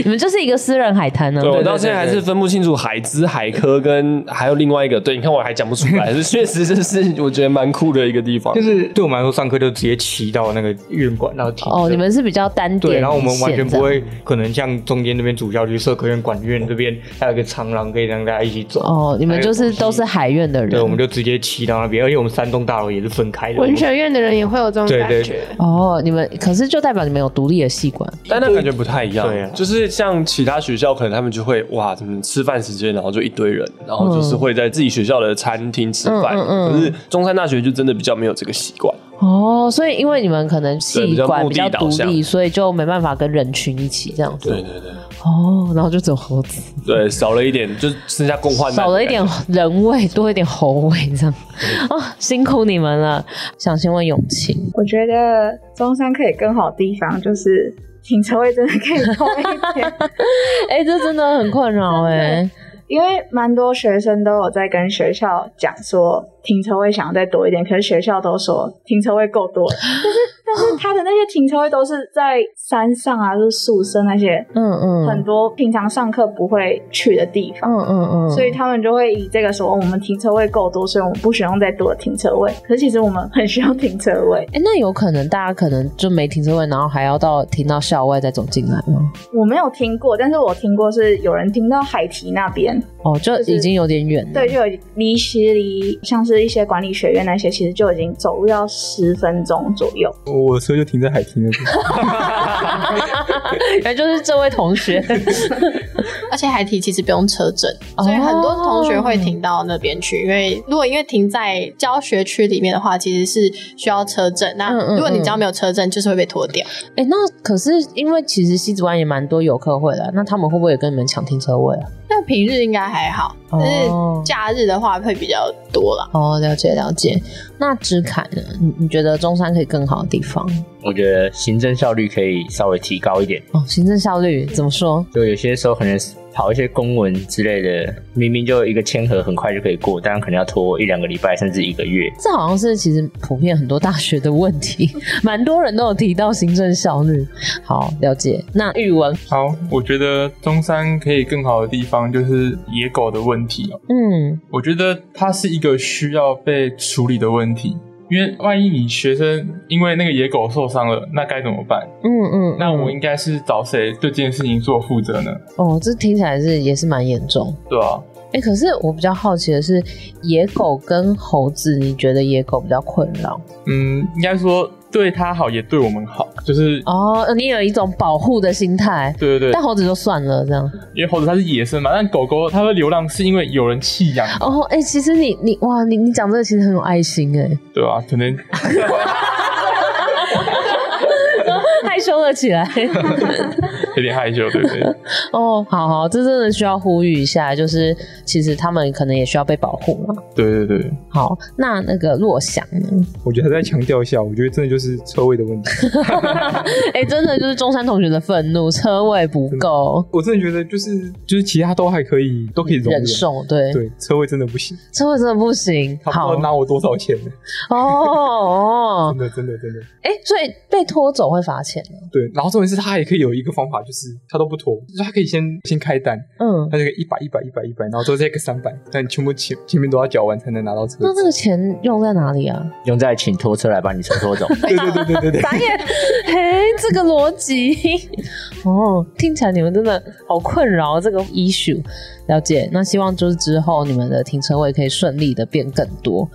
你们就是一个私人海滩呢、对，我对到现在还对是分不清楚海资、海科跟还有另外一个。对，你看我还讲不出 来，是确实这是我觉得蛮酷的一个地方。就是对我们来说，上课就直接骑到那个院馆，然后停车。哦，你们是比较单点对，一线这样，然后我们完全不会，可能像中间那边主校区社科院、管院这边还有一个长廊可以让大家一起走。哦哦，你们就是都是海院的人，对，我们就直接骑到那边，而且我们三栋大楼也是分开的。文学院院的人也会有这种对感对觉。哦，你们可是就代表你们有独立的系馆，但那感觉不太一样，对啊就是像其他学校，可能他们就会哇，怎么吃饭时间，然后就一堆人，然后就是会在自己学校的餐厅吃饭。嗯嗯嗯可是中山大学就真的比较没有这个习惯，哦，所以因为你们可能对系比较馆目比的较独导向立，所以就没办法跟人群一起这样子。对对，哦，然后就走猴子，对少了一点，就剩下共患难，少了一点。人味，多一点猴味这样。哦，辛苦你们了。想先问永晴，我觉得中山可以更好的地方就是停车位真的可以多一点， 哎、这真的很困扰哎、因为蛮多学生都有在跟学校讲说停车位想要再多一点，可是学校都说停车位够 多了，但是但是他的那些停车位都是在山上啊，就是宿舍那些嗯嗯，很多平常上课不会去的地方。嗯嗯嗯，所以他们就会以这个说哦我们停车位够多，所以我们不需要再多的停车位。可是其实我们很需要停车位，哎、那有可能大家可能就没停车位，然后还要到停到校外再走进来吗？我没有听过，但是我听过是有人听到海堤那边，哦，就就是已经有点远了。对，就有离其离像是一些管理学院那些，其实就已经走路要十分钟左右。我的车就停在海堤那边。 原来就是这位同学。 而且海堤其实不用车证，哦所以很多同学会停到那边去。因为如果因为停在教学区里面的话，其实是需要车证。那嗯嗯嗯如果你只要没有车证，就是会被拖掉。哎、那可是因为其实西子湾也蛮多游客会的，啊那他们会不会也跟你们抢停车位啊？但平日应该还好，但是哦假日的话会比较多啦。哦，了解了解。那知凯呢？你你觉得中山可以更好的地方？我觉得行政效率可以稍微提高一点，哦，行政效率怎么说？就有些时候可能跑一些公文之类的，明明就一个签合很快就可以过，但可能要拖一两个礼拜甚至一个月。这好像是其实普遍很多大学的问题，蛮多人都有提到行政效率。好，了解。那语文，好，我觉得中山可以更好的地方就是野狗的问题哦。嗯我觉得它是一个需要被处理的问题，因为万一你学生因为那个野狗受伤了，那该怎么办？嗯嗯，那我应该是找谁对这件事情做负责呢？哦，这听起来是也是蛮严重。对啊，哎、可是我比较好奇的是，野狗跟猴子，你觉得野狗比较困扰？嗯，应该说对他好也对我们好，就是哦，你有一种保护的心态，对对但对，猴子就算了这样。因为猴子它是野生嘛，但狗狗它会流浪是因为有人弃养，哦，哎、其实你你哇，你你讲这个其实很有爱心哎、对吧、啊？可能 害羞了起来。有点害羞，对不对？ 哦，好好，这真的需要呼吁一下，就是其实他们可能也需要被保护嘛。对对对，好，哦那那个若翔呢？ 我觉得还在强调一下，我觉得真的就是车位的问题。哎、真的就是中山同学的愤怒，车位不够，我真的觉得就是就是其他都还可以，都可以容忍受，对，对，车位真的不行，车位真的不行。他不知好道拿我多少钱呢？哦哦真，的真的真的，哎、所以被拖走会罚钱吗对。然后重点是他也可以有一个方法，就是他都不拖，就是他可以先先开单，嗯，他就一百一百一百一百，然后最后再一个三百，但你全部前前面都要缴完才能拿到车那这子。个钱用在哪里啊？用在请拖车来把你车拖 走，对对对对对对，打眼，嘿，这个逻辑， 哦，听起来你们真的好困扰这个 issue。了解，那希望就是之后你们的停车位可以顺利的变更多。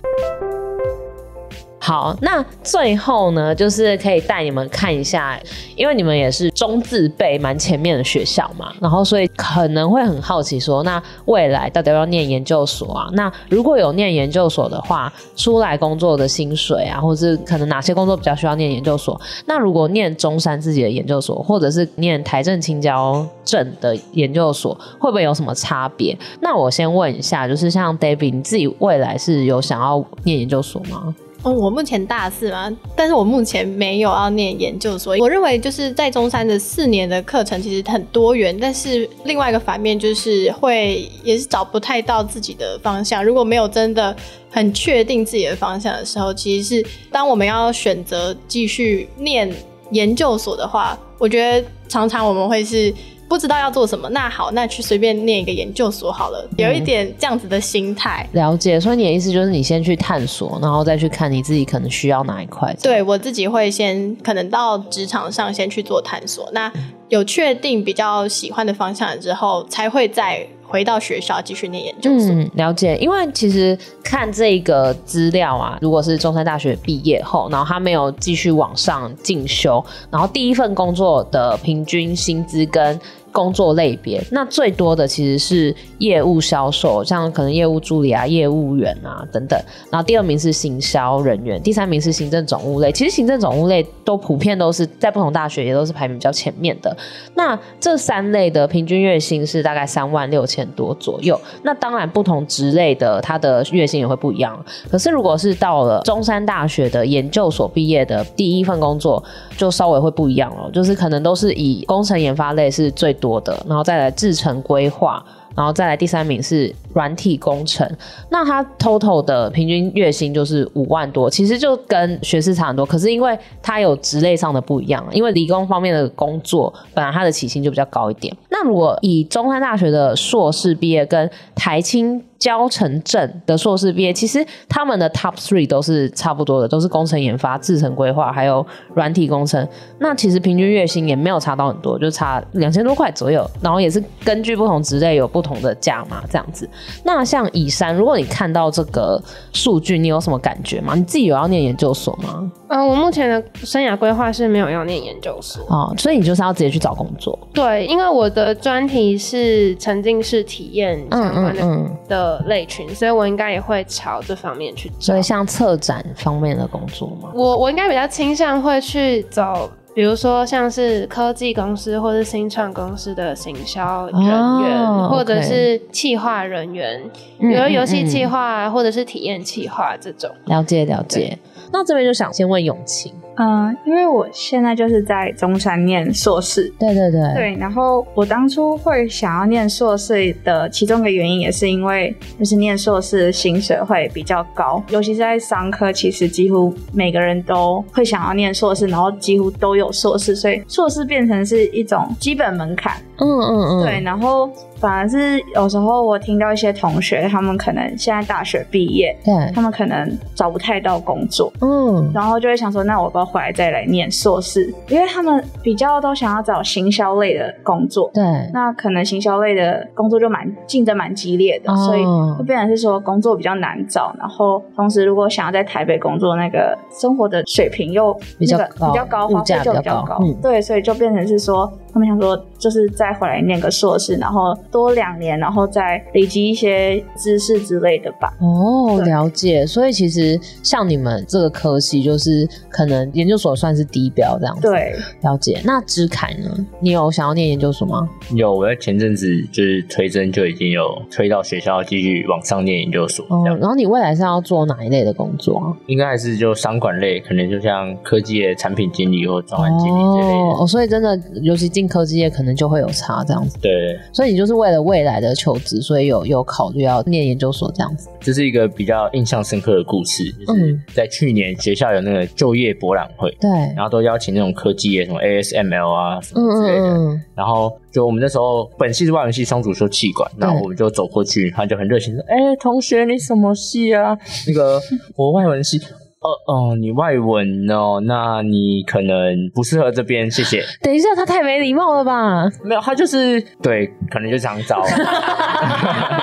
好，那最后呢，就是可以带你们看一下，因为你们也是中字辈蛮前面的学校嘛，然后所以可能会很好奇说，那未来到底要不要念研究所啊？那如果有念研究所的话，出来工作的薪水啊，或是可能哪些工作比较需要念研究所？那如果念中山自己的研究所，或者是念台政青交政的研究所，会不会有什么差别？那我先问一下，就是像 David，你自己未来是有想要念研究所吗？嗯，我目前大四嘛，但是我目前没有要念研究所。我认为就是在中山的四年的课程其实很多元，但是另外一个反面就是会也是找不太到自己的方向。如果没有真的很确定自己的方向的时候，其实是当我们要选择继续念研究所的话，我觉得常常我们会是。不知道要做什么，那好，那去随便念一个研究所好了，有一点这样子的心态。了解，所以你的意思就是你先去探索，然后再去看你自己可能需要哪一块。对我自己会先可能到职场上先去做探索，那有确定比较喜欢的方向了之后，才会再回到学校继续念研究所。嗯，了解。因为其实看这个资料啊，如果是中山大学毕业后，然后他没有继续往上进修，然后第一份工作的平均薪资跟工作类别，那最多的其实是业务销售，像可能业务助理啊、业务员啊等等。然后第二名是行销人员，第三名是行政总务类。其实行政总务类都普遍都是在不同大学也都是排名比较前面的。那这三类的平均月薪是大概三万六千多左右。那当然，不同职类的它的月薪也会不一样。可是如果是到了中山大学的研究所毕业的第一份工作，就稍微会不一样了，就是可能都是以工程研发类是最多的，然后再来制程规划。然后再来第三名是软体工程，那它 total 的平均月薪就是五万多，其实就跟学士差很多。可是因为它有职类上的不一样，因为理工方面的工作本来它的起薪就比较高一点。那如果以中山大学的硕士毕业跟台青教城镇的硕士毕业，其实他们的 top three 都是差不多的，都是工程研发、制程规划还有软体工程。那其实平均月薪也没有差到很多，就差两千多块左右。然后也是根据不同职类有不同的价嘛，这样子。那像以山，如果你看到这个数据，你有什么感觉吗？你自己有要念研究所吗？嗯、我目前的生涯规划是没有要念研究所，哦，所以你就是要直接去找工作。对，因为我的专题是沉浸式体验嗯相关嗯的嗯。的类群，所以我应该也会朝这方面去找所以。像策展方面的工作吗？我我应该比较倾向会去走，比如说像是科技公司或是新创公司的行销人员，哦或者 OK 是企划人员，嗯比如游戏嗯嗯企划啊、或者是体验企划这种。了解了解。那这边就想先问永晴。嗯，因为我现在就是在中山念硕士，对对对，对，然后我当初会想要念硕士的其中一个原因，也是因为就是念硕士薪水会比较高，尤其是在商科，其实几乎每个人都会想要念硕士，然后几乎都有硕士，所以硕士变成是一种基本门槛。嗯嗯嗯，对，然后反而是有时候我听到一些同学，他们可能现在大学毕业，对，他们可能找不太到工作，嗯然后就会想说，那我要不要回来再来念硕士？因为他们比较都想要找行销类的工作，对，那可能行销类的工作就蛮竞争蛮激烈的，哦所以就变成是说工作比较难找。然后同时，如果想要在台北工作，那个生活的水平又比较那个高比较高，物花费价就比比较较高高。嗯对，所以就变成是说，他们想说，就是再回来念个硕士，然后多两年，然后再累积一些知识之类的吧。哦，对了解。所以其实像你们这个科系，就是可能研究所算是低标这样子。，对，了解。那知凯呢？你有想要念研究所吗？有，我在前阵子就是推甄就已经有推到学校继续往上念研究所，哦这，样然后你未来是要做哪一类的工作啊？应该还是就商管类，可能就像科技的产品经理或专案经理之类哦的。哦，所以真的，尤其进科技业可能就会有差这样子。对，所以你就是为了未来的求职，所以有有考虑要念研究所这样子。这是一个比较印象深刻的故事，就是嗯在去年学校有那个就业博览会，对，然后都邀请那种科技业什么 ASML 啊什嗯么之类的，嗯嗯，然后就我们那时候本系是外文系双主修气管，那我们就走过去，他就很热情地说：“哎、同学，你什么系啊？那个我外文系。”哦哦，你外文哦，那你可能不适合这边，谢谢。等一下，他太没礼貌了吧？没有，他就是对，可能就想找。啊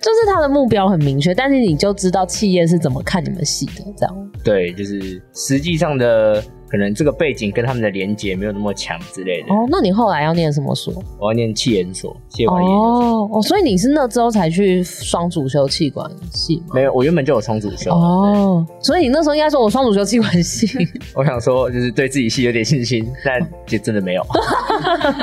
就是他的目标很明确，但是你就知道企业是怎么看你们系的这样。对，就是实际上的可能这个背景跟他们的连接没有那么强之类的。哦，那你后来要念什么所？我要念气研所，气管研究所。哦哦，所以你是那之后才去双主修气管系吗？没有，我原本就有双主修。对哦，所以你那时候应该说我双主修气管系， 我想说，就是对自己系有点信心，但就真的没有。哦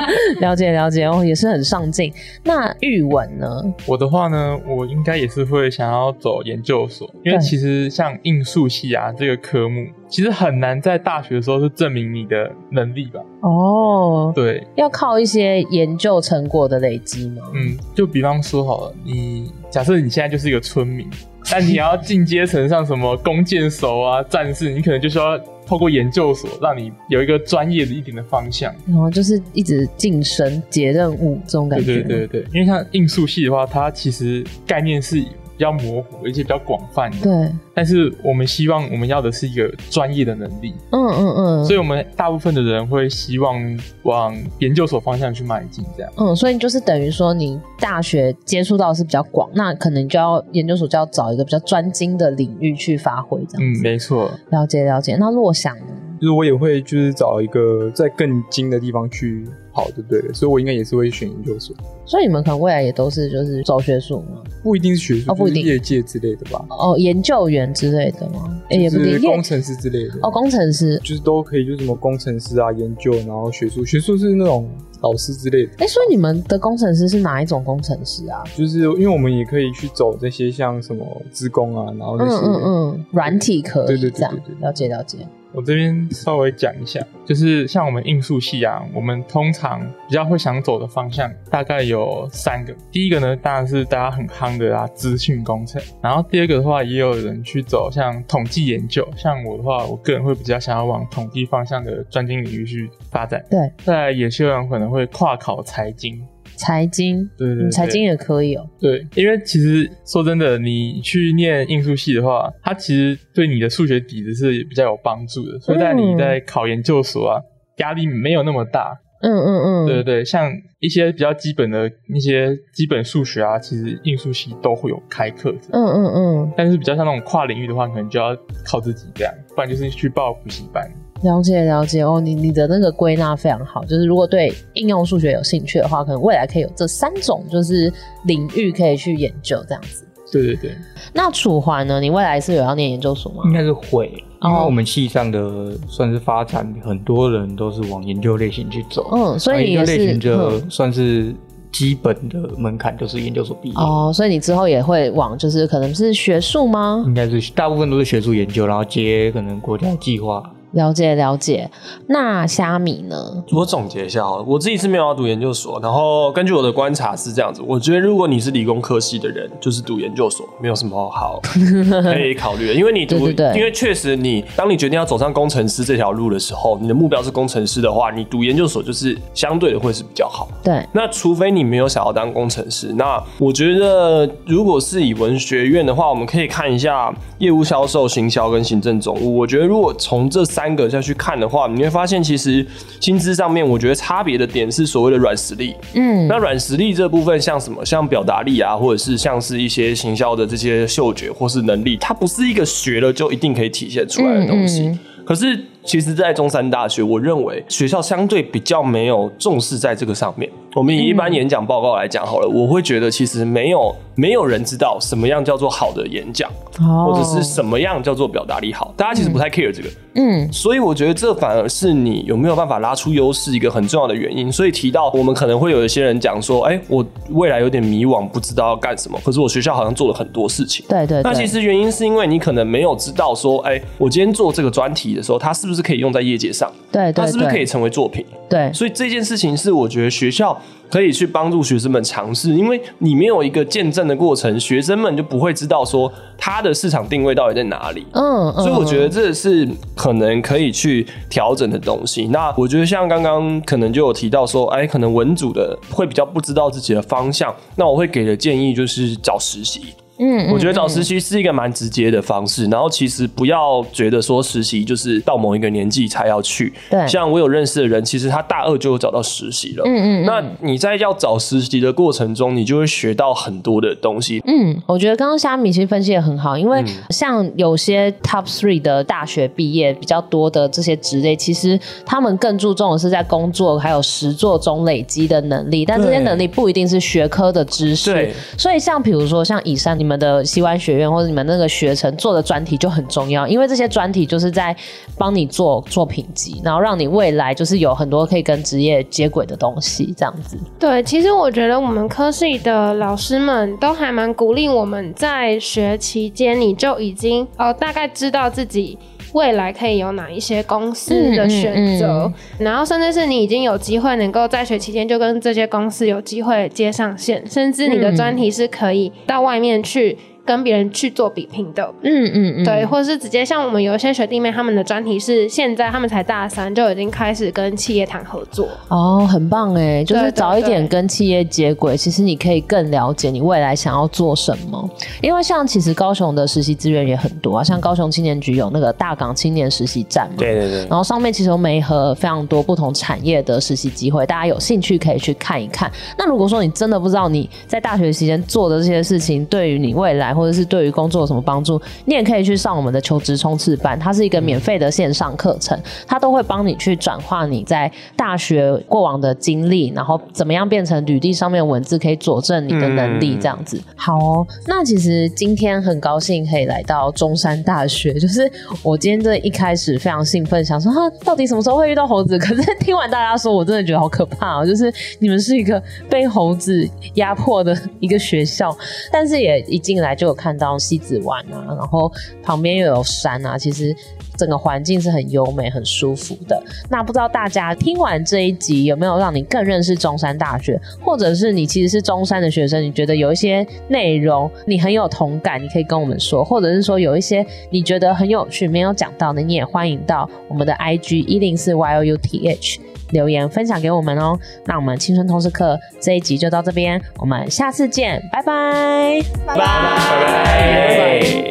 了解了解哦，也是很上进。那玉文呢？我的话呢，我应该也是会想要走研究所，因为对其实像应数系啊这个科目，其实很难在大学的时候是证明你的能力吧？哦，对，要靠一些研究成果的累积吗？嗯，就比方说好了，你假设你现在就是一个村民，但你要进阶成像什么弓箭手啊、战士，你可能就需要透过研究所，让你有一个专业的一点的方向。然后就是一直晋升、解任务这种感对觉。对对对，因为像应数系的话，它其实概念是比较模糊，而且比较广泛的。对，但是我们希望我们要的是一个专业的能力，嗯嗯嗯，所以以我们大部分的人会希望往研究所方向去迈进，这样。嗯，所以就是等于说，你大学接触到的是比较广，那可能就要研究所就要找一个比较专精的领域去发挥，这样嗯，子。没错。了解了解。那洛想呢？就是我也会就是找一个在更精的地方去跑，就对了。所以我应该也是会选研究所，所以你们可能未来也都是就是走学术吗？不一定是学术，哦不一定就是业界之类的吧，哦，研究员之类的吗？哎、也就不一是定，业工程师之类的。哦，工程师。就是都可以，就是什么工程师啊、研究，然后学术，学术是那种老师之类的。哎、所以你们的工程师是哪一种工程师啊？就是因为我们也可以去走这些像什么职工啊，然后那嗯些、嗯嗯，软体可对以对对这样对对，对了解了解。我这边稍微讲一下，就是像我们应数系啊，我们通常比较会想走的方向大概有三个。第一个呢，当然是大家很夯的啊，资讯工程。然后第二个的话，也有人去走像统计研究，像我的话，我个人会比较想要往统计方向的专精领域去发展。对，再来也是有人可能会跨考财经，财经，对对嗯对财经也可以哦、对，因为其实说真的，你去念应数系的话，它其实对你的数学底子是比较有帮助嗯的，所以在你在考研究所啊，压力没有那么大。嗯嗯嗯，对对对，像一些比较基本的一些基本数学啊，其实应数系都会有开课的。嗯嗯嗯，但是比较像那种跨领域的话，可能就要靠自己这样，不然就是去报补习班。了解了解哦。你你的那个归纳非常好，就是如果对应用数学有兴趣的话，可能未来可以有这三种就是领域可以去研究这样子。对对对，那楚环呢？你未来是有要念研究所吗嗯应？该是会，因为哦我们系上的算是发展，很多人都是往研究类型去走。啊嗯，所以你也研究类是型嗯就算是基本的门槛，就是研究所毕业。哦，所以你之后也会往就是可能是学术吗？应该是大部分都是学术研究，然后接可能国家计划，了解了解。那虾米呢？我总结一下哈，我自己是没有要读研究所，然后根据我的观察是这样子，我觉得如果你是理工科系的人，就是读研究所没有什么好 可以考虑的，因为你读，对对对因为确实你当你决定要走上工程师这条路的时候，你的目标是工程师的话，你读研究所就是相对的会是比较好。对，那除非你没有想要当工程师，那我觉得如果是以文学院的话，我们可以看一下业务销售、行销跟行政总务。我觉得如果从这三个下去看的话，你会发现其实薪资上面，我觉得差别的点是所谓的软实力。嗯那软实力这部分，像什么，像表达力啊，或者是像是一些行销的这些嗅觉或是能力，它不是一个学了就一定可以体现出来的东西。嗯嗯可是，其实，在中山大学，我认为学校相对比较没有重视在这个上面。我们以一般演讲报告来讲好了，我会觉得其实没有没有人知道什么样叫做好的演讲，哦或者是什么样叫做表达力好，大家其实不太 care 这个。嗯所以我觉得这反而是你有没有办法拉出优势一个很重要的原因。所以提到我们可能会有一些人讲说，哎、我未来有点迷惘，不知道要干什么，可是我学校好像做了很多事情。对对对，那其实原因是因为你可能没有知道说，哎、我今天做这个专题的时候，它是不是可以用在业界上？对对对，它是不是可以成为作品？对所以这件事情是我觉得学校可以去帮助学生们尝试，因为你没有一个见证的过程，学生们就不会知道说它的市场定位到底在哪里。嗯嗯，所以我觉得这是可能可以去调整的东西。那我觉得像刚刚可能就有提到说，哎，可能文组的会比较不知道自己的方向。那我会给的建议就是找实习。嗯，嗯我觉得找实习是一个蛮直接的方式。然后其实不要觉得说实习就是到某一个年纪才要去。对像我有认识的人，其实他大二就有找到实习了。嗯嗯嗯那你在要找实习的过程中，你就会学到很多的东西。嗯，我觉得刚刚虾米其实分析的很好，因为像有些 top three 的大学毕业比较多的这些职类，其实他们更注重的是在工作还有实作中累积的能力，但这些对能力不一定是学科的知识对。所以像比如说像以上你们的西湾学院或者你们那个学程做的专题就很重要，因为这些专题就是在帮你做作品集，然后让你未来就是有很多可以跟职业接轨的东西，这样子。对，其实我觉得我们科系的老师们都还蛮鼓励我们在学期间你就已经呃大概知道自己。未来可以有哪一些公司的选择，嗯嗯然后甚至是你已经有机会能够在学期间就跟这些公司有机会接上线，甚至你的专题是可以到外面去跟别人去做比拼的。嗯嗯嗯，对，或者是直接像我们有一些学弟妹，他们的专题是现在他们才大三就已经开始跟企业谈合作。哦，很棒哎，就是对对早一点对跟企业接轨，其实你可以更了解你未来想要做什么。因为像其实高雄的实习资源也很多啊，像高雄青年局有那个大港青年实习站嘛，对对对，然后上面其实有媒合非常多不同产业的实习机会，大家有兴趣可以去看一看。那如果说你真的不知道你在大学期间做的这些事情对于你未来或者是对于工作有什么帮助，你也可以去上我们的求职冲刺班，它是一个免费的线上课程，它都会帮你去转化你在大学过往的经历，然后怎么样变成履历上面的文字可以佐证你的能力嗯这样子。好哦，那其实今天很高兴可以来到中山大学，就是我今天真的一开始非常兴奋，想说哈，到底什么时候会遇到猴子？可是听完大家说，我真的觉得好可怕哦，就是你们是一个被猴子压迫的一个学校，但是也一进来就有看到西子湾啊，然后旁边又有山啊，其实。整个环境是很优美、很舒服的。那不知道大家听完这一集有没有让你更认识中山大学，或者是你其实是中山的学生，你觉得有一些内容你很有同感，你可以跟我们说，或者是说有一些你觉得很有趣没有讲到的，你也欢迎到我们的 IG 一零四 youth 留言分享给我们哦。那我们青春通识课这一集就到这边，我们下次见，拜拜。拜拜。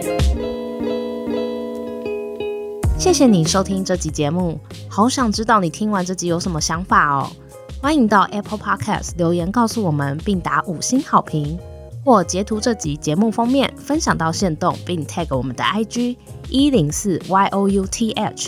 谢谢你收听这集节目，好想知道你听完这集有什么想法哦。欢迎到 Apple Podcast 留言告诉我们，并打五星好评，或截图这集节目封面分享到线动，并 tag 我们的 IG 一零四 youth，